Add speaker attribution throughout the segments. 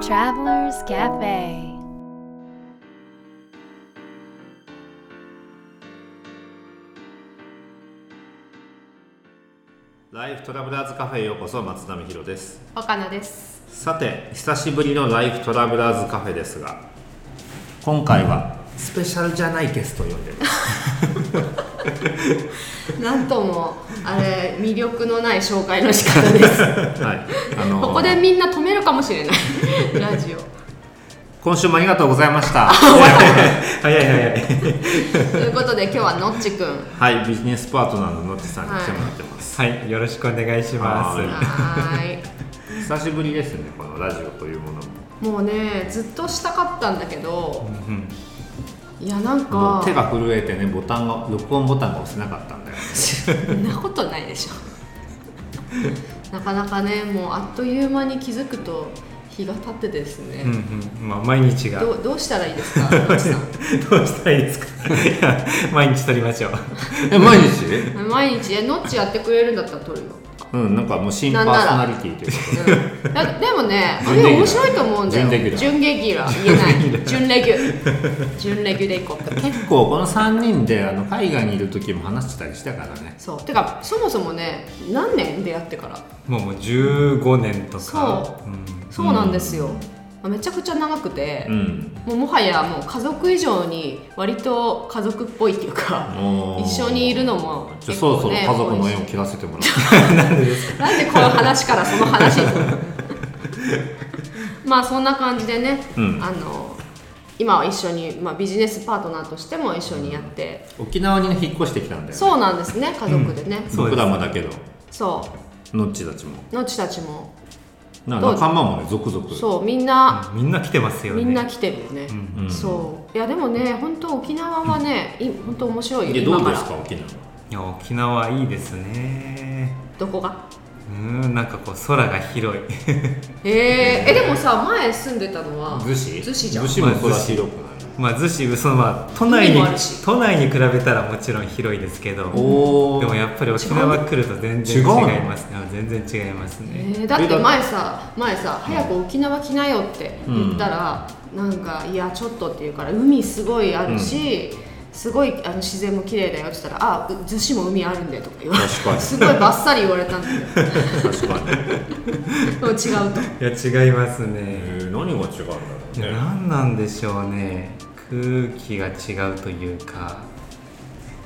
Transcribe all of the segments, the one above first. Speaker 1: Travelers Cafe
Speaker 2: ライフトラベラーズカフェへようこそ松並博です
Speaker 3: 岡野です
Speaker 2: さて久しぶりのライフトラベラーズカフェですが今回はスペシャルじゃないゲストを呼んで ます
Speaker 3: なんともあれ魅力のない紹介の仕方です
Speaker 2: はいあのー
Speaker 3: ここでみんな止めるかもしれないラジオ
Speaker 2: 今週もありがとうございました 早い早い
Speaker 3: ということで今日はのっちくん
Speaker 2: はいビジネスパートナーののっちさんに来てもらってます、
Speaker 4: はい、よろしくお願いします。
Speaker 2: は
Speaker 3: は
Speaker 2: 久しぶりですねこのラジオというものも
Speaker 3: ーいもうねずっとしたかったんだけどいやなん
Speaker 2: も
Speaker 3: か
Speaker 2: う手が震えてねボタンが録音ボタンが押せなかったんだよね
Speaker 3: そんなことないでしょなかなかねもうあっという間に気づくと日が経ってですね、
Speaker 4: うんうん、まあ毎日がど
Speaker 3: ど
Speaker 4: う
Speaker 3: うどうしたらいいですかのっちさん
Speaker 4: したらいいですか。 いや毎日撮りましょう。
Speaker 2: え毎日
Speaker 3: 毎日えのっちやってくれるんだったら撮るよ
Speaker 2: うんなんかもう新パーソナリティというこ
Speaker 3: うんだでも ね、あ
Speaker 2: 準レギュラー
Speaker 3: れ面白いと思うんだ
Speaker 2: 準
Speaker 3: よ。
Speaker 2: レギュラー
Speaker 3: 準レギュラー言えない。準レギュ。準レギュでいこう。
Speaker 2: とで結構この3人であの海外にいる時も話してたりしたからね
Speaker 3: そう。てかそもそもね、何年出会ってから。
Speaker 4: もうもう15年とか。。
Speaker 3: そう
Speaker 4: ん、
Speaker 3: そうなんですよ。めちゃくちゃ長くて、
Speaker 2: うん
Speaker 3: もうもはやもう家族以上に割と家族っぽいっていうか、
Speaker 2: 一
Speaker 3: 一緒にいるのも
Speaker 2: じゃあ
Speaker 3: 結
Speaker 2: そろそ
Speaker 3: 構
Speaker 2: ろ
Speaker 3: ね
Speaker 2: 家族の
Speaker 3: 多い
Speaker 2: 縁を
Speaker 3: し
Speaker 2: 切らせてもら
Speaker 3: なんでこの話からその話にまあそんな感じでね、
Speaker 2: うん
Speaker 3: あの今は一緒に、まあ、ビジネスパートナーとしても一緒にやって、
Speaker 2: おう沖縄にね引っ越してきたんだよね
Speaker 3: そうなんですね家族でね、
Speaker 4: んそう
Speaker 2: 僕らもだけど
Speaker 3: そ
Speaker 2: ノッチたちも
Speaker 3: うのっちたちも
Speaker 2: な
Speaker 3: どう
Speaker 2: 仲間もね続々
Speaker 3: そうみんな、
Speaker 4: みんな来てますよね。
Speaker 3: みんな来てるよね、
Speaker 4: うん
Speaker 2: うん
Speaker 3: そういやでもね本当沖縄はねい本当面白いよ
Speaker 2: でど
Speaker 3: 今
Speaker 2: う
Speaker 3: か
Speaker 2: で
Speaker 3: ら
Speaker 2: すか沖縄
Speaker 4: いや沖縄いいですね。
Speaker 3: どこが
Speaker 4: うん、なんかこう空が広い。
Speaker 3: えー、えでもさ前住んでたのは
Speaker 2: 逗子
Speaker 3: 逗子じゃん
Speaker 2: 逗子もそら広くない
Speaker 4: まあ逗子そのまあ都内
Speaker 3: 海
Speaker 4: に
Speaker 3: もあるし
Speaker 4: 都内に比べたらもちろん広いですけど。
Speaker 2: お
Speaker 4: でも
Speaker 2: ー
Speaker 4: やっぱり沖縄来ると全然違
Speaker 2: 違うの
Speaker 4: いますね。あ全然違います
Speaker 3: え
Speaker 4: ね。
Speaker 3: ー、だって前さ前さ早く沖縄来なよって言ったら、なんかいやちょっとって言うから海すごいあるし、すごいあの自然も綺麗だよって言ったら「あ逗子も海あるんで」とか言われ
Speaker 2: 確か
Speaker 3: て
Speaker 2: に
Speaker 3: すごいバッサリ言われたん だけ
Speaker 2: 確かに
Speaker 3: どでも違うと
Speaker 4: いや違いますね。
Speaker 2: えー何が違うんだろうね
Speaker 4: 何なんでしょうね空気が違うというか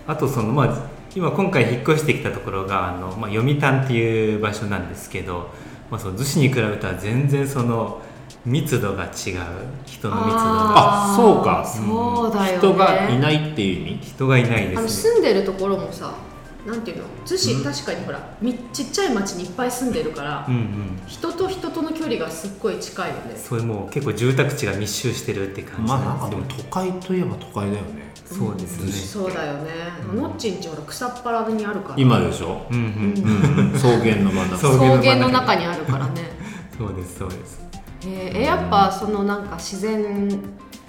Speaker 4: あとそのまあ今今回引っ越してきたところがあの、まあ、読谷っていう場所なんですけど、まあ、その逗子に比べたら全然その密度が違う人の密度が
Speaker 2: あそうか
Speaker 3: そうだよ、ね、
Speaker 2: 人がいないっていう意味
Speaker 4: 人がいないで
Speaker 3: あの
Speaker 4: すね
Speaker 3: 住んでるところもさなんていうの逗子確かにほらみちっちゃい町にいっぱい住んでるから、
Speaker 4: うんうん
Speaker 3: 人と人との距離がすっごい近いよね
Speaker 4: それもう結構住宅地が密集してるって感じ
Speaker 2: まあ
Speaker 4: な
Speaker 2: なん
Speaker 4: ん
Speaker 2: かでも
Speaker 4: ですよ、
Speaker 2: 都会といえば都会だよね
Speaker 4: そうですね
Speaker 3: そうだよね、のっちんちほら草っぱらにあるから
Speaker 2: 今でしょ
Speaker 4: うんうん
Speaker 2: うん草原の真ん
Speaker 4: そ
Speaker 2: 中
Speaker 4: う
Speaker 3: 草原の中にあるからね
Speaker 4: そうですそうです
Speaker 3: えーえやっぱそのなんか自然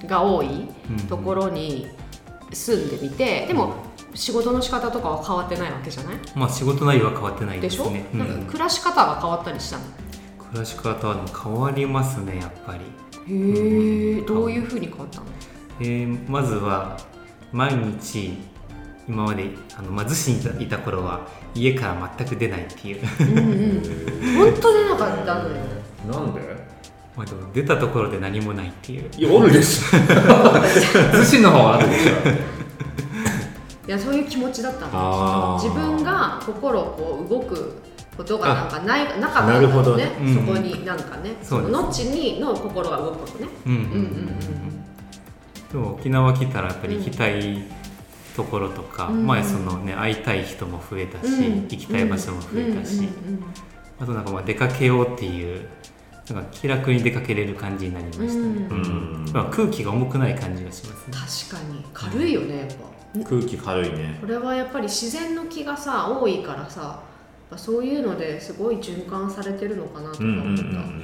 Speaker 3: が多いところに住んでみてでも仕事の仕方とかは変わってないわけじゃない
Speaker 4: まあ仕事内容は変わってない
Speaker 3: で
Speaker 4: で
Speaker 3: し
Speaker 4: す
Speaker 3: ょ、
Speaker 4: ね
Speaker 3: なん
Speaker 4: うん
Speaker 3: か暮らし方が変わったりしたの
Speaker 4: 暮らし方はでも変わりますねやっぱり、
Speaker 3: へえどういうふうに変わったの
Speaker 4: えーまずは毎日今まであのまあ逗子にいた頃は家から全く出ないっていう
Speaker 3: 本当出なかったのよ
Speaker 2: なんで
Speaker 4: まあでも出たところで何もないっていう
Speaker 2: いやおるでし ょ 逗子の方はあるでしょ
Speaker 3: いやそういう気持ちだったの
Speaker 2: あー
Speaker 3: 自分が心をこう動くことがなんかないなかった
Speaker 2: なるほどね
Speaker 3: ね
Speaker 4: うん
Speaker 3: そこになんかね、
Speaker 4: そうです
Speaker 3: のっちにの心が動くことね
Speaker 4: うんうん
Speaker 3: うんうんうん
Speaker 4: でも沖縄来たらやっぱり行きたいところとか、
Speaker 3: うん
Speaker 4: まあそのね会いたい人も増えたし、
Speaker 3: うん
Speaker 4: 行きたい場所も増えたし、
Speaker 3: うん
Speaker 4: あとなんかまあ出かけようっていうなんか気楽に出かけれる感じになりましたね、
Speaker 3: うん
Speaker 2: うん
Speaker 4: まあ、空気が重くない感じがしますね
Speaker 3: 確かに軽いよねやっぱ
Speaker 2: 空気軽いね
Speaker 3: これはやっぱり自然の気がさ多いからさやっぱそういうのですごい循環されてるのかな
Speaker 2: う
Speaker 3: とか
Speaker 2: んうんうん
Speaker 3: 思
Speaker 2: うん
Speaker 3: っ
Speaker 2: う
Speaker 3: た、
Speaker 2: んうんうん
Speaker 4: うんうん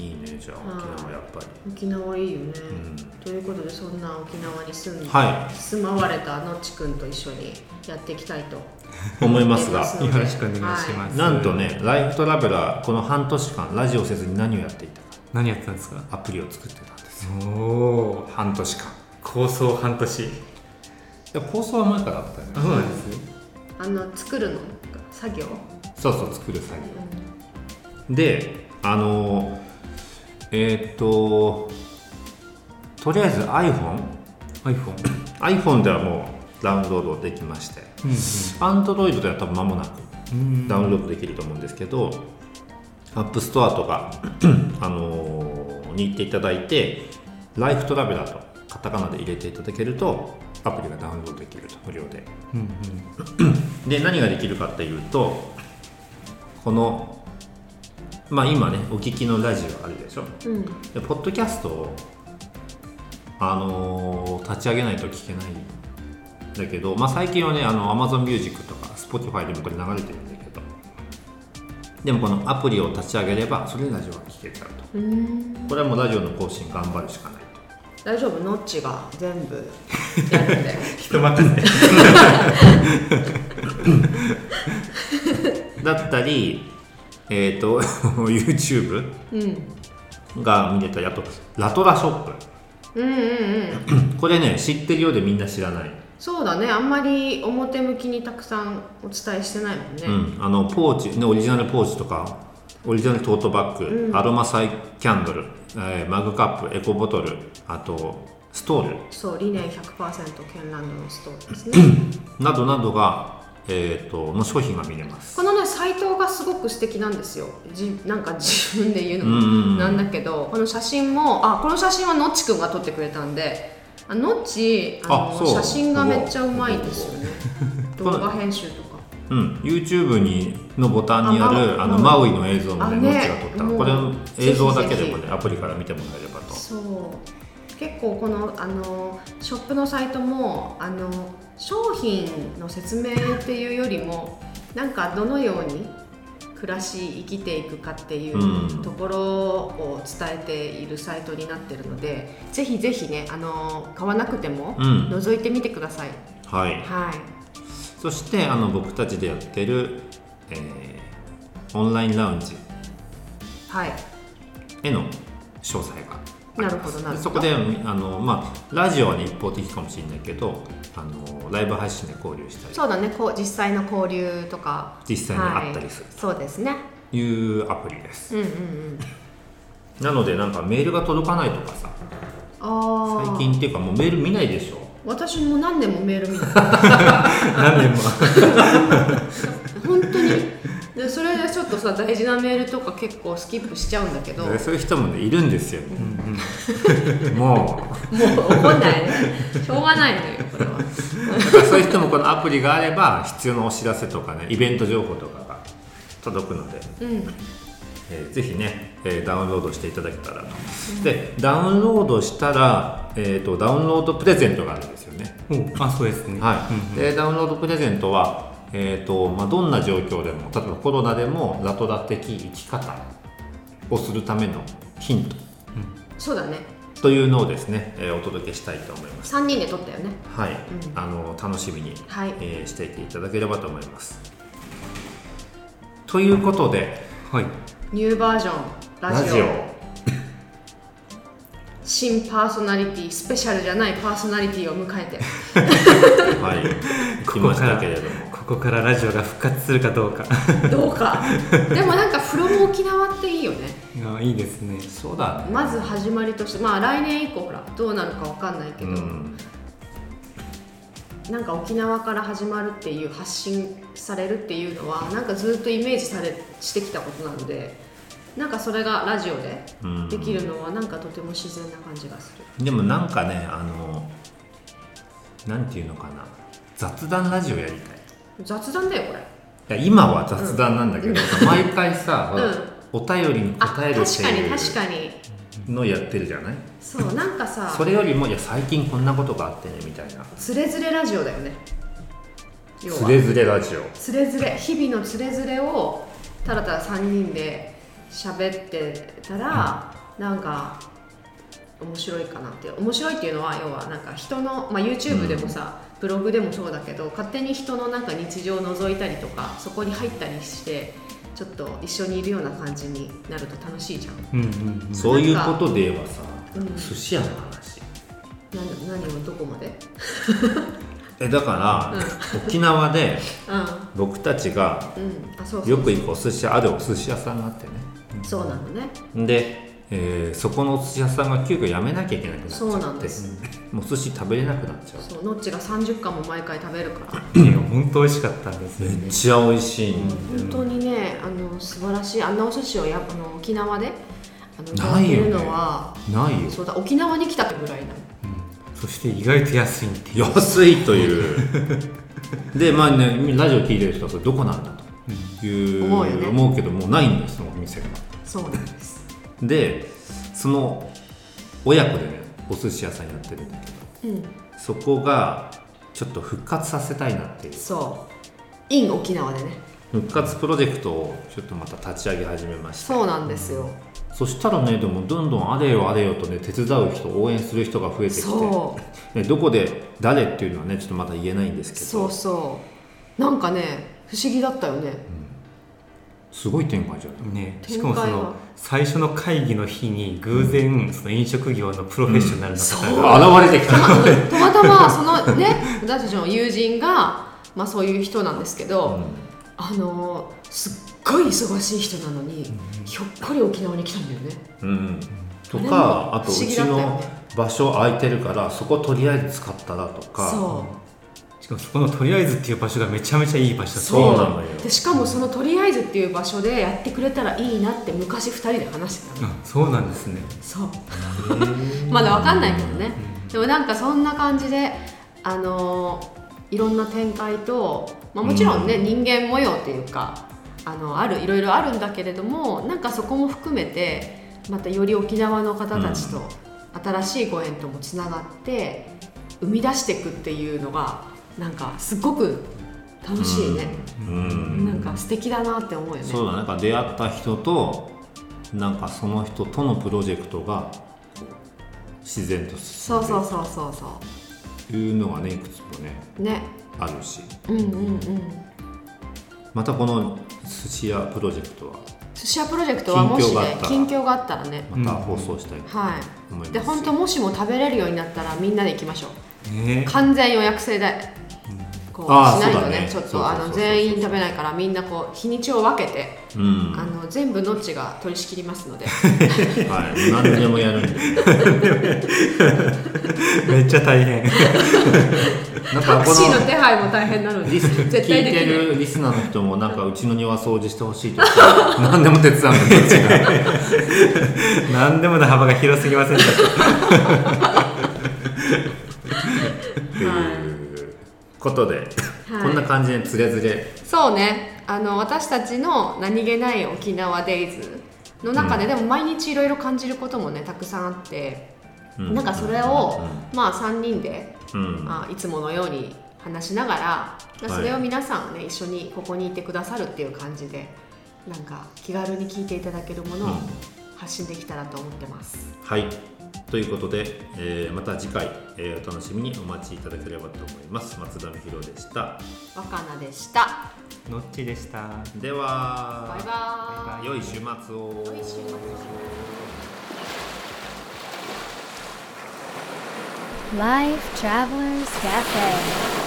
Speaker 4: うん
Speaker 2: いいねじゃあ
Speaker 3: はい
Speaker 2: 沖縄やっぱり
Speaker 3: 沖縄いいよね、
Speaker 2: ん
Speaker 3: ということでそんな沖縄に住んで、
Speaker 2: は
Speaker 3: 住まわれたのっちくんと一緒にやっていきたいと
Speaker 2: 思いますが
Speaker 3: 思い
Speaker 4: よ
Speaker 3: ます
Speaker 4: ろしくお願いします、
Speaker 2: なんとねライフトラベラーこの半年間ラジオせずに何をやっていたか
Speaker 4: 何やってたんですか
Speaker 2: アプリを作ってたんです
Speaker 4: おお
Speaker 2: 半年間
Speaker 4: 構想半年
Speaker 2: で放送は前からあったよね
Speaker 4: あそうなんですね
Speaker 3: あの作るの作業、
Speaker 2: そうそう作る作業であのーえーっととりあえず
Speaker 4: iPhone
Speaker 2: iPhoneiPhone ではもうダウンロードできまして
Speaker 4: うん
Speaker 2: Android では多分間もなく
Speaker 4: うん
Speaker 2: ダウンロードできると思うんですけど、App Store とか、 あのーに行っていただいて、ライフトラベラーとカタカナで入れていただけると、アプリがダウンロードできると、無料で。
Speaker 4: うんうん
Speaker 2: で、何ができるかっていうと、この、まあ今ね、お聞きのラジオあるでしょ。
Speaker 3: うん、
Speaker 2: で、ポッドキャストを、あのー立ち上げないと聞けないんだけど、まあ、最近はねあの Amazon Music とか Spotify でもこれ流れてるんだけどでもこのアプリを立ち上げればそれでラジオが聞けちゃうと
Speaker 3: うん
Speaker 2: これはもうラジオの更新頑張るしかないと
Speaker 3: 大丈夫のっちが全部やるん で
Speaker 4: 人任せ
Speaker 2: だったりえっ、と YouTube
Speaker 3: うん
Speaker 2: が見れたりあとラトラショッ
Speaker 3: うんうんうん
Speaker 2: プこれね知ってるようでみんな知らない、
Speaker 3: そうだねあんまり表向きにたくさんお伝えしてないもんね、
Speaker 2: うん、あのポーチ、ね、オリジナルポーチとかオリジナルトートバッグ、アロマサイキャンドル、えーマグカップエコボトルあとストール
Speaker 3: そう理念100%ケンランドのストーリーですね
Speaker 2: などなどが、えー、との商品が見れます
Speaker 3: このねサイトがすごく素敵なんですよじなんか自分で言うの
Speaker 2: うんうんう
Speaker 3: も
Speaker 2: ん
Speaker 3: なんだけどこの写真もあこの写真はのっちくんが撮ってくれたんであのっちあ
Speaker 2: あ
Speaker 3: の
Speaker 2: そう
Speaker 3: 写真がめっちゃうまいんですよね
Speaker 2: ごい
Speaker 3: 動画編集とか
Speaker 2: うん、YouTube にのボタンにある
Speaker 3: あ
Speaker 2: あ
Speaker 3: マウ
Speaker 2: のマウイの映像もね
Speaker 3: あ
Speaker 2: ノ
Speaker 3: ね
Speaker 2: ッチが撮った
Speaker 3: もう
Speaker 2: これの映像だけでも
Speaker 3: ぜひぜ
Speaker 2: ねアプリから見てもらえればと
Speaker 3: そう結構このあのショップのサイトもあの商品の説明っていうよりもなんかどのように暮らし生きていくかっていう
Speaker 2: うん
Speaker 3: ところを伝えているサイトになってるので、ぜひぜひねあの買わなくても
Speaker 2: うん
Speaker 3: 覗いてみてください、
Speaker 2: はい
Speaker 3: はい
Speaker 2: そしてあの僕たちでやってる、えーオンラインラウンジ
Speaker 3: はい
Speaker 2: への詳細が
Speaker 3: なるほどなるほど
Speaker 2: そこであの、まあ、ラジオはね、一方的かもしれないけどあのライブ配信で交流したり
Speaker 3: そうだねこう実際の交流とか
Speaker 2: 実際に会ったりする
Speaker 3: はい、そうですね
Speaker 2: というアプリです、
Speaker 3: うんうんうん
Speaker 2: なのでなんかメールが届かないとかさ
Speaker 3: ああ
Speaker 2: 最近っていうかもうメール見ないでしょ
Speaker 3: 私も何年もメール見ない
Speaker 4: 何年も
Speaker 3: 本当にでそれでちょっとさ大事なメールとか結構スキップしちゃうんだけども う
Speaker 2: でそういう人もねいるんですよ、 もう
Speaker 3: 怒んないねしょうがないのよこれは
Speaker 2: だからそういう人もこのアプリがあれば必要なお知らせとかねイベント情報とかが届くので、
Speaker 3: うん
Speaker 2: えーぜひね、えーダウンロードしていただけたらと、でダウンロードしたら、えー、とダウンロードプレゼントがあるんですよね
Speaker 4: お あそうですね
Speaker 2: はい
Speaker 4: うんうん
Speaker 2: でダウンロードプレゼントは、えーとまあ、どんな状況でも例えばコロナでもラトラ的生き方をするためのヒント
Speaker 3: そうだね
Speaker 2: というのをですね、えーお届けしたいと思います。
Speaker 3: 3人で撮ったよね
Speaker 2: はい、あの楽しみに、
Speaker 3: はい
Speaker 2: えーしていていただければと思います。ということで
Speaker 4: はい
Speaker 3: ニューバージョンラ
Speaker 2: ラ
Speaker 3: ジオ
Speaker 2: ジオ
Speaker 3: 新パーソナリティスペシャルじゃないパーソナリティを迎えて
Speaker 2: はい来
Speaker 4: こ
Speaker 2: ま
Speaker 4: こ
Speaker 2: し
Speaker 4: から
Speaker 2: たけれども
Speaker 4: ここからラジオが復活するかどうか
Speaker 3: どうかでもなんか「フロム沖縄」っていいよね
Speaker 4: いやいいですね
Speaker 2: そうだね。
Speaker 3: まず始まりとしてまあ来年以降ほらどうなるかわかんないけ
Speaker 2: う
Speaker 3: ど、
Speaker 2: ん、
Speaker 3: なんか沖縄から始まるっていう発信されるっていうのはなんかずっとイメージされしてきたことなのでなんかそれがラジオで
Speaker 2: うん
Speaker 3: できるのはなんかとても自然な感じがする、
Speaker 2: でもなんかねあのなんていうのかな雑談ラジオやりたい。
Speaker 3: 雑談だよこれ
Speaker 2: いや今は雑談なんだけど、さ毎回 さ、お便りに
Speaker 3: あ
Speaker 2: 答え
Speaker 3: 確
Speaker 2: る
Speaker 3: か
Speaker 2: って
Speaker 3: に確
Speaker 2: い
Speaker 3: かに
Speaker 2: うのやってるじゃない
Speaker 3: そうなんかさ
Speaker 2: それよりもいや最近こんなことがあってねみたいな
Speaker 3: つれづれラジオだよね要
Speaker 2: つれづれラジオ
Speaker 3: つれづれ日々のつれづれをただただ3人で喋ってたら、なんか面白いかなって面白いっていうのは要はなんか人の、まあ、YouTube でもさ、ブログでもそうだけど勝手に人のなんか日常を覗いたりとかそこに入ったりしてちょっと一緒にいるような感じになると楽しいじゃん。
Speaker 4: うんうんうん
Speaker 2: そういうことではさ、
Speaker 3: うん
Speaker 2: 寿司屋の話
Speaker 3: な何をどこまで
Speaker 2: えだから、沖縄で
Speaker 3: う
Speaker 2: 僕たちが
Speaker 3: ん、うん、あそうそう
Speaker 2: よく行くお寿司屋あるお寿司屋さんがあって
Speaker 3: そうなのね
Speaker 2: ねで、えーそこのお寿司屋さんが急遽やめなきゃいけなくなっちゃって
Speaker 3: そうなんです
Speaker 2: もう寿司食べれなくなっちゃう
Speaker 3: そうノッチが30巻も毎回食べるから
Speaker 4: いや本当美味しかったんですよ
Speaker 2: めっ
Speaker 4: ね
Speaker 2: ちゃ美味しいんだよ
Speaker 3: 本当にねあの素晴らしいあんなお寿司をやあの沖縄であのいただ
Speaker 2: ない
Speaker 3: け
Speaker 2: よね
Speaker 3: るのは、
Speaker 2: ないよ
Speaker 3: そうだ沖縄に来たぐらいなの
Speaker 4: そして意外と安いっていう
Speaker 2: 安いという でまあねラジオ聞いてる人はそれどこなんだという、
Speaker 3: 思うよね
Speaker 2: 思うけどもうないんですそのお店が
Speaker 3: そうなんです
Speaker 2: でその親子でねお寿司屋さんやってるんだけど
Speaker 3: うん
Speaker 2: そこがちょっと復活させたいなっていう
Speaker 3: そうイン沖縄でね
Speaker 2: 復活プロジェクトをちょっとまた立ち上げ始めました
Speaker 3: そうなんですよ
Speaker 2: そしたらねでもどんどんあれよあれよとね手伝う人応援する人が増えてきて
Speaker 3: そう
Speaker 2: ね、どこで誰っていうのはねちょっとまだ言えないんですけど
Speaker 3: そうそうなんかね不思議だったよね
Speaker 2: すごい展開じゃない
Speaker 4: ね、
Speaker 3: 展開
Speaker 4: しかもそ
Speaker 3: は
Speaker 4: の最初の会議の日に偶然その飲食業のプロフェッショナルの方が、
Speaker 2: 現れてきた
Speaker 3: たまたまそのね私たちの友人が、まあ、そういう人なんですけど、あのすっごい忙しい人なのに、ひょっこり沖縄に来たんだよね
Speaker 2: うんと
Speaker 3: あれも
Speaker 2: かあとう
Speaker 3: 不思議
Speaker 2: ち
Speaker 3: だったよね
Speaker 2: の場所空いてるからそことりあえず使ったらとか
Speaker 3: そ
Speaker 4: しかもそこのとりあえずっていう場所がめちゃめちゃいい場所
Speaker 3: う
Speaker 4: だっ
Speaker 2: そ
Speaker 4: た
Speaker 2: うなのよ
Speaker 3: でしかもそのとりあえずっていう場所でやってくれたらいいなって昔2人で話してたの、
Speaker 4: あそうなんですね
Speaker 3: そうまだわかんないけどねでもなんかそんな感じであのいろんな展開と、まあ、もちろんね、人間模様っていうかあのあるいろいろあるんだけれどもなんかそこも含めてまたより沖縄の方たちと新しいご縁ともつながって生み出していくっていうのがなんかすっごく楽しいね、
Speaker 2: うん
Speaker 3: なんか素敵だなって思うよね
Speaker 2: そうだねなんか出会った人となんかその人とのプロジェクトが自然と進
Speaker 3: そ
Speaker 2: ん
Speaker 3: う
Speaker 2: で
Speaker 3: そうそうそうそ
Speaker 2: いうのがねいくつもね
Speaker 3: うね
Speaker 2: あるし
Speaker 3: うんうんうん
Speaker 2: またこの寿司屋プロジェクトは
Speaker 3: 寿司屋プロジェクトはもしね
Speaker 2: 近
Speaker 3: 近
Speaker 2: 況
Speaker 3: 況があったらね
Speaker 2: また放送したいと
Speaker 3: は
Speaker 2: 思います
Speaker 3: いで本当もしも食べれるようになったらみんなで行きましょう
Speaker 4: ね
Speaker 3: 完全予約制でこうし
Speaker 2: あーそ
Speaker 3: ないと
Speaker 2: うだ
Speaker 3: ね
Speaker 2: ね
Speaker 3: ちょっ
Speaker 2: そうそう
Speaker 3: とあ
Speaker 2: そうそ
Speaker 3: の
Speaker 2: う
Speaker 3: 全員食べないからみんなこう日にちを分けて
Speaker 2: うん
Speaker 3: あの全部のっちが取り仕切りますので
Speaker 2: はい何でもやるんで
Speaker 4: めっちゃ大変
Speaker 2: なん
Speaker 3: タ
Speaker 2: か
Speaker 3: ク
Speaker 2: こ
Speaker 3: シー
Speaker 2: の
Speaker 3: の手配も大変なので
Speaker 2: リス
Speaker 3: 絶
Speaker 2: 聞
Speaker 3: 対
Speaker 2: い
Speaker 3: で
Speaker 2: て
Speaker 3: きない
Speaker 2: るリスナーの人もなんかうちの庭掃除してほしいとか 何でも手伝うんだどっちが
Speaker 4: 何でもの幅が広すぎませんでした
Speaker 2: っていうことで、こんな感じでつれづれ
Speaker 3: そうねあの私たちの何気ない沖縄デイズの中で、でも毎日いろいろ感じることもねたくさんあって、
Speaker 2: うん
Speaker 3: なんかそれを、まあ3人で、
Speaker 2: うん
Speaker 3: まあ、いつものように話しながら、
Speaker 2: い
Speaker 3: それを皆さんね一緒にここにいてくださるっていう感じでなんか気軽に聞いていただけるものを発信できたらと思ってます。
Speaker 2: はいということで、えーまた次回、えーお楽しみにお待ちいただければと思います松田美弘でした
Speaker 3: 若菜でした
Speaker 4: のっちでした
Speaker 2: では
Speaker 3: バイバーイ
Speaker 2: 良い週末を
Speaker 3: 良い週末を
Speaker 1: Life Travelers Cafe.